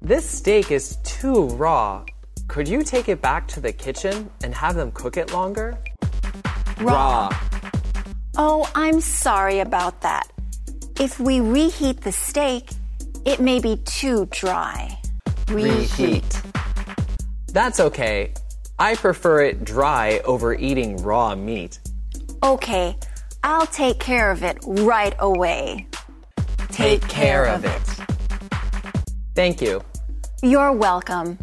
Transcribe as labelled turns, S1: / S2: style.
S1: This steak is too raw. Could you take it back to the kitchen and have them cook it longer?
S2: Raw.
S3: Oh, I'm sorry about that. If we reheat the steak, it may be too dry.
S2: Reheat.
S1: That's okay. I prefer it dry over eating raw meat.
S3: Okay, I'll take care of it right away.
S1: Take care of it. Thank you.
S3: You're welcome.